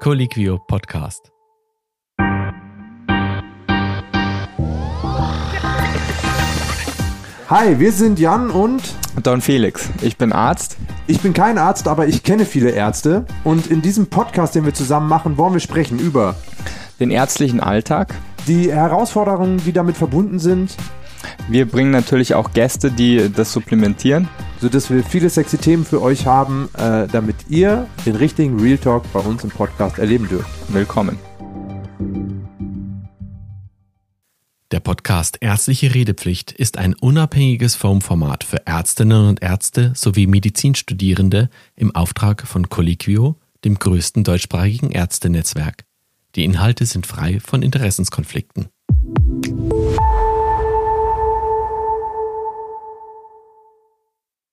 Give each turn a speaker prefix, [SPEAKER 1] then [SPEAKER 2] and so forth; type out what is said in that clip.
[SPEAKER 1] Colliquio Podcast.
[SPEAKER 2] Hi, wir sind Jan und
[SPEAKER 3] Don Felix, ich bin Arzt.
[SPEAKER 2] ich bin kein Arzt, aber ich kenne viele Ärzte. Und in diesem Podcast, den wir zusammen machen, wollen wir sprechen über
[SPEAKER 3] Den ärztlichen Alltag.
[SPEAKER 2] die Herausforderungen, die damit verbunden sind,
[SPEAKER 3] Wir bringen natürlich auch Gäste, die das supplementieren.
[SPEAKER 2] sodass wir viele sexy Themen für euch haben, äh, damit ihr den richtigen Real Talk bei uns im Podcast erleben dürft.
[SPEAKER 3] Willkommen.
[SPEAKER 1] Der Podcast Ärztliche Redepflicht ist ein unabhängiges Foam-Format für Ärztinnen und Ärzte sowie Medizinstudierende im Auftrag von Colliquio, dem größten deutschsprachigen Ärztenetzwerk. Die Inhalte sind frei von Interessenskonflikten.